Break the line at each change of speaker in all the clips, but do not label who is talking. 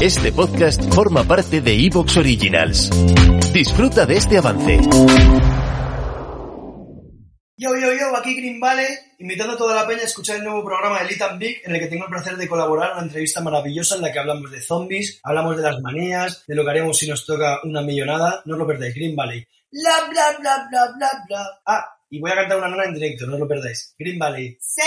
Este podcast forma parte de Evox Originals. Disfruta de este avance.
Yo, yo, yo, aquí Green Valley, invitando a toda la peña a escuchar el nuevo programa de Lit and Big, en el que tengo el placer de colaborar, una entrevista maravillosa en la que hablamos de zombies, hablamos de las manías, de lo que haremos si nos toca una millonada. No os lo perdáis, Green Valley. Bla, bla, bla, bla, bla, bla. Ah, y voy a cantar una nana en directo, no os lo perdáis. Green Valley. ¡Sí!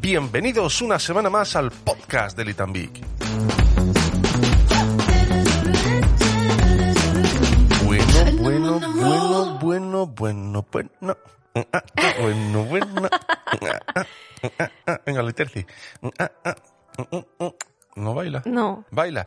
Bienvenidos una semana más al podcast de Litambic. Bueno, bueno, bueno, bueno, bueno, bueno. Ah, ah, Bueno, bueno. Ah, ah, ah, ah. Venga, Literci. Ah, ah. ¿No baila?
No.
Baila.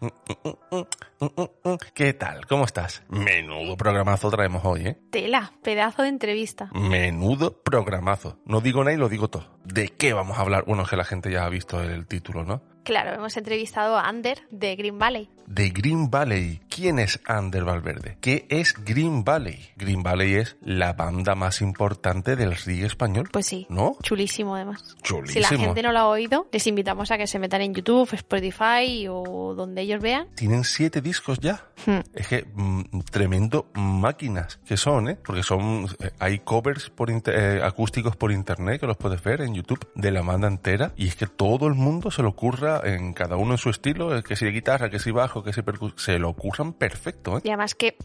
¿Qué tal? ¿Cómo estás? Menudo programazo traemos hoy, ¿eh?
Tela, pedazo de entrevista.
Menudo programazo. No digo nada y lo digo todo. ¿De qué vamos a hablar? Bueno, es que la gente ya ha visto el título, ¿no?
Claro, hemos entrevistado a Ander de Green Valley.
de Green Valley. ¿Quién es Ander Valverde? ¿Qué es Green Valley? Green Valley es la banda más importante del reggae español.
Pues sí.
¿No?
Chulísimo además.
Chulísimo.
Si la gente no lo ha oído, les invitamos a que se metan en YouTube, Spotify o donde ellos vean.
Tienen siete discos ya.
Hmm.
Es que mm, tremendo máquinas que son, ¿eh? Porque son eh, hay covers por inter- eh, acústicos por internet que los puedes ver en YouTube de la banda entera y es que todo el mundo se lo curra en cada uno en su estilo, eh, que si de guitarra, que si bajo, que si percusión, se lo curran perfecto, ¿eh?
Y además que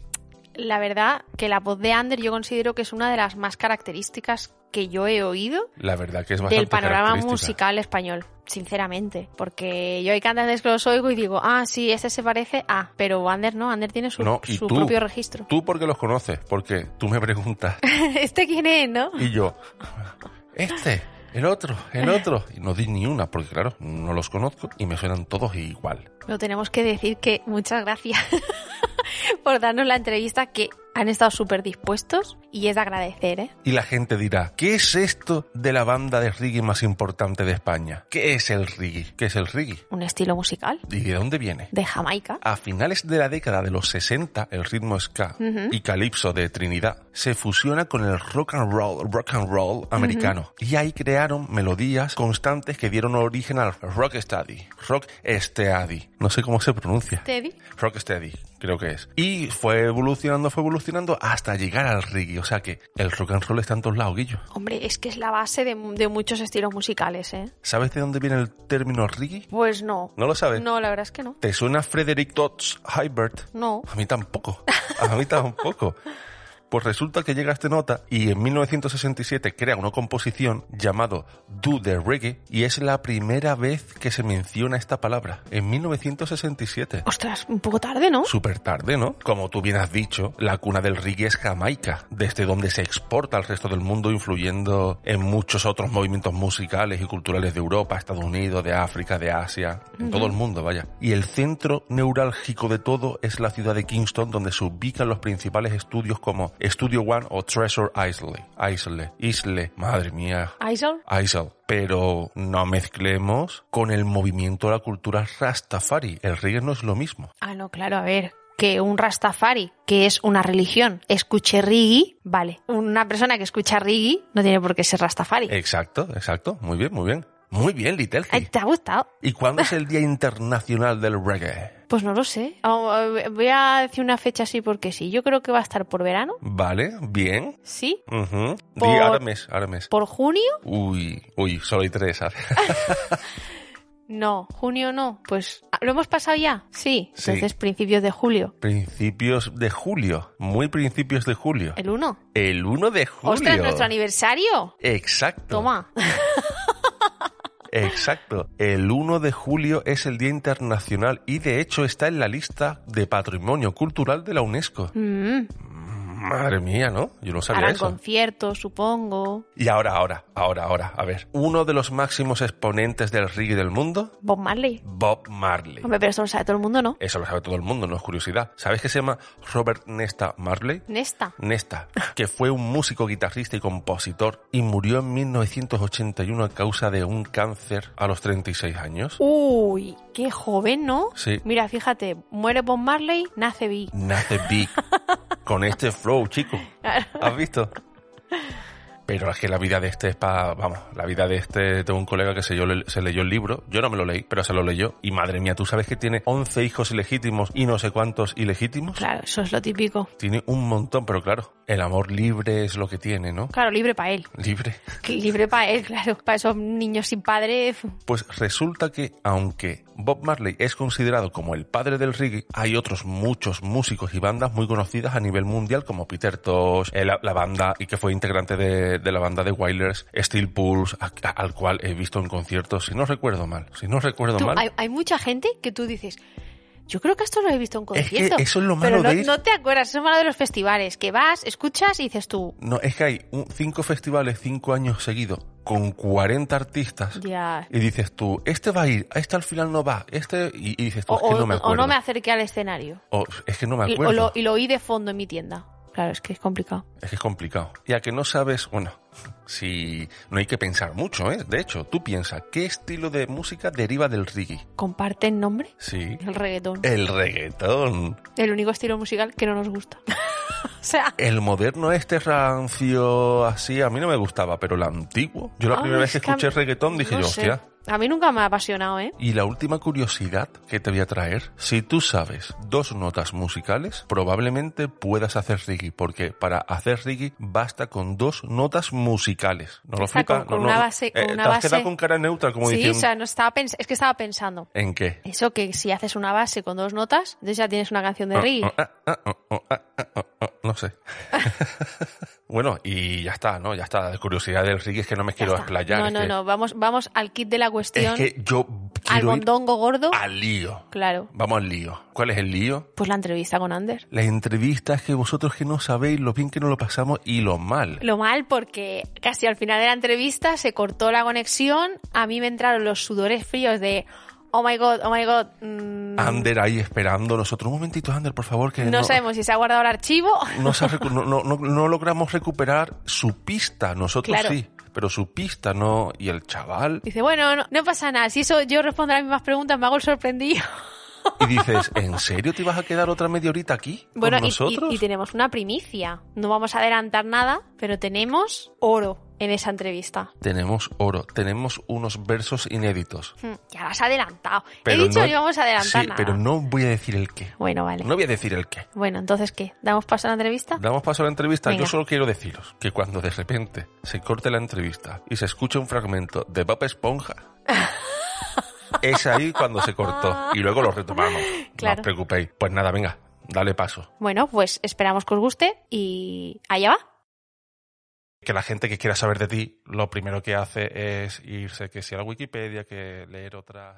la verdad que la voz de Ander yo considero que es una de las más características que yo he oído
La verdad que es bastante
del panorama
característica.
musical español, sinceramente. Porque yo hay cantantes que los oigo y digo, ah, sí, este se parece a, pero Ander no, Ander tiene su,
No, y
su
tú,
propio registro.
Tú porque los conoces, porque tú me preguntas
este quién es, ¿no?
y yo, este, el otro, el otro. Y no di ni una, porque claro, no los conozco y me suenan todos igual.
Lo tenemos que decir que muchas gracias por darnos la entrevista, que han estado súper dispuestos y es de agradecer, ¿eh?
Y la gente dirá, ¿qué es esto de la banda de reggae más importante de España? ¿Qué es el reggae? ¿Qué es el reggae?
Un estilo musical
¿Y de dónde viene?
de Jamaica.
A finales de la década de los 60, el ritmo ska
Ujú.
y calipso de Trinidad se fusiona con el rock and roll, rock and roll americano. Y ahí crearon melodías constantes que dieron origen al rock steady, rock steady. No sé cómo se pronuncia.
Teddy.
Rocksteady, creo que es. Y fue evolucionando, fue evolucionando hasta llegar al reggae. O sea que el rock and roll está en todos lados, Guillo.
Hombre, es que es la base de, de muchos estilos musicales, ¿eh?
¿Sabes de dónde viene el término reggae?
Pues no.
¿No lo sabes?
No, la verdad es que no.
¿Te suena Frederick Dodds Hibbert?
No.
A mí tampoco. A mí tampoco. Pues resulta que llega este nota y en 1967 crea una composición llamado Do the Reggae y es la primera vez que se menciona esta palabra. En 1967.
Ostras, un poco tarde, ¿no?
Súper tarde, ¿no? Como tú bien has dicho, la cuna del reggae es Jamaica, desde donde se exporta al resto del mundo, influyendo en muchos otros movimientos musicales y culturales de Europa, Estados Unidos, de África, de Asia, en todo el mundo, vaya. Y el centro neurálgico de todo es la ciudad de Kingston, donde se ubican los principales estudios como Studio One o Treasure Isle. Isle, Isle, madre mía,
Isol.
ISIL. Pero no mezclemos con el movimiento de la cultura Rastafari. El reggae no es lo mismo.
Ah, no, claro, a ver. Que un Rastafari, que es una religión, escuche reggae, vale. Una persona que escucha reggae no tiene por qué ser Rastafari.
Eh, Exacto, exacto. Muy bien, muy bien. Muy bien, Litel.
Ay, ¿Te ha gustado?
¿Y cuándo es el Día Internacional del Reggae?
Pues no lo sé. Ah, eh, Voy a decir una fecha así porque sí. Yo creo que va a estar por verano,
Vale, bien.
¿sí?
Ujú. Di
Por-
ahora mes, ahora mes.
¿Por junio?
Uy, uy, solo hay tres. ¿sabes?
No, junio no. Pues ah, lo hemos pasado ya. Sí,
Sí.
entonces principios de julio.
principios de julio. Muy principios de julio.
El 1.
El 1 de julio.
¡Ostras, nuestro aniversario!
Exacto.
Toma.
Exacto. El 1 de julio es el Día Internacional y de hecho está en la lista de Patrimonio Cultural de la UNESCO.
Mm,
Madre mía, ¿no? Yo no sabía
Harán
eso.
conciertos, supongo.
Y ahora, ahora, ahora, ahora, a ver. Uno de los máximos exponentes del reggae del mundo,
Bob Marley.
Bob Marley.
Hombre, pero esto lo sabe todo el mundo, ¿no?
Eso lo sabe todo el mundo, no es curiosidad. ¿Sabes que se llama Robert Nesta Marley?
Nesta.
Nesta, que fue un músico, guitarrista y compositor y murió en 1981 a causa de un cáncer a los 36 años.
Uy, qué joven, ¿no?
Sí.
Mira, fíjate, muere Bob Marley, nace Big.
Nace Big con este flow, chico. ¿Has visto? Pero es que la vida de este es para... Vamos, la vida de este... Tengo un colega que se, yo- se leyó el libro. Yo no me lo leí, pero se lo leyó. Y madre mía, ¿tú sabes que tiene 11 hijos ilegítimos y no sé cuántos ilegítimos?
Claro, eso es lo típico.
Tiene un montón, pero claro, el amor libre es lo que tiene, ¿no?
Claro, libre para él.
Libre.
Que Libre para él, claro. Para esos niños sin padre. fu.
Pues resulta que, aunque Bob Marley es considerado como el padre del reggae, hay otros muchos músicos y bandas muy conocidas a nivel mundial como Peter Tosh, eh, la, la banda y que fue integrante de, de la banda de Wailers, Steel Pulse, a- a- al cual he visto en conciertos, si no recuerdo mal, si no recuerdo
Tú,
mal.
hay, hay mucha gente que tú dices, yo creo que esto lo he visto en
Es que
concierto.
eso es lo
Pero
malo
no,
de ir-
no te acuerdas, eso es lo malo de los festivales, que vas, escuchas y dices tú,
No, es que hay un- cinco festivales, cinco años seguidos, con 40 artistas.
ya.
Y dices tú, este va a ir, este al final no va, este... Y, y dices tú,
O,
es que
o-
no me
o
acuerdo.
no me acerqué al escenario.
O, es que no me
Y, o
acuerdo.
lo, y lo oí de fondo en mi tienda. Claro, es que es complicado.
Es que es complicado. Y a que no sabes, bueno, si no hay que pensar mucho, ¿eh? De hecho, tú piensas, ¿qué estilo de música deriva del reggae?
¿Comparten nombre?
Sí.
El reggaetón.
El reggaetón.
El único estilo musical que no nos gusta. o sea,
El moderno este rancio, así, a mí no me gustaba, pero el antiguo. Yo la
ay,
primera vez que
es a
escuché
mí-
reggaetón dije
no
yo,
sé.
hostia.
A mí nunca me ha apasionado, ¿eh?
Y la última curiosidad que te voy a traer, si tú sabes dos notas musicales, probablemente puedas hacer reggae, porque para hacer reggae basta con dos notas musicales. No lo
O sea,
flipas,
con- con
no,
una
no.
base- con
Eh,
una
te has
base-
quedado con cara neutra, como
sí, o
diciendo,
sea, no estaba pens- es que estaba pensando.
¿en qué?
Eso que si haces una base con dos notas, entonces ya tienes una canción de reggae.
Ah, ah, ah, ah, ah, ah, ah, ah, No sé. bueno, y ya está, ¿no? Ya está. La curiosidad del reggae es que no me
Ya
quiero
está.
explayar.
no,
es
no,
que-
no. Vamos, vamos al kit de la
Es
cuestión.
que Ah. yo
al
quiero ir
mondongo gordo.
al lío.
Claro.
Vamos al lío. ¿Cuál es el lío?
Pues la entrevista con Ander.
La entrevista es que vosotros que no sabéis lo bien que nos lo pasamos y lo mal.
Lo mal porque casi al final de la entrevista se cortó la conexión. A mí me entraron los sudores fríos de oh my god, oh my god. mm,
Ander ahí esperando nosotros. Un momentito, Ander, por favor, que
no,
Ah, no,
sabemos si se ha guardado el archivo.
no se ha recu- no- no- no- no logramos recuperar su pista. Nosotros
Claro.
sí, pero su pista no. Y el chaval.
Dice, bueno, no, no pasa nada. Si eso yo respondo las mismas preguntas, me hago el sorprendido.
Y dices, ¿en serio te vas a quedar otra media horita aquí? ¿Con
Bueno, y- y,
nosotros?
y tenemos una primicia. No vamos a adelantar nada, pero tenemos oro en esa entrevista.
Tenemos oro, tenemos unos versos inéditos.
Hmm, Ya lo has adelantado.
Pero
He dicho
no-
que íbamos a adelantar
Sí,
nada.
pero no voy a decir el qué.
Bueno, vale.
No voy a decir el qué.
Bueno, entonces, ¿qué? ¿Damos paso a la entrevista?
Damos paso a la entrevista.
Venga.
Yo solo quiero deciros que cuando de repente se corte la entrevista y se escucha un fragmento de Bob Esponja, es ahí cuando se cortó. Y luego lo retomamos. No
Claro.
os preocupéis. Pues nada, venga, dale paso.
Bueno, pues esperamos que os guste y allá va.
que la gente que quiera saber de ti, lo primero que hace es irse que si a la Wikipedia, que leer otra.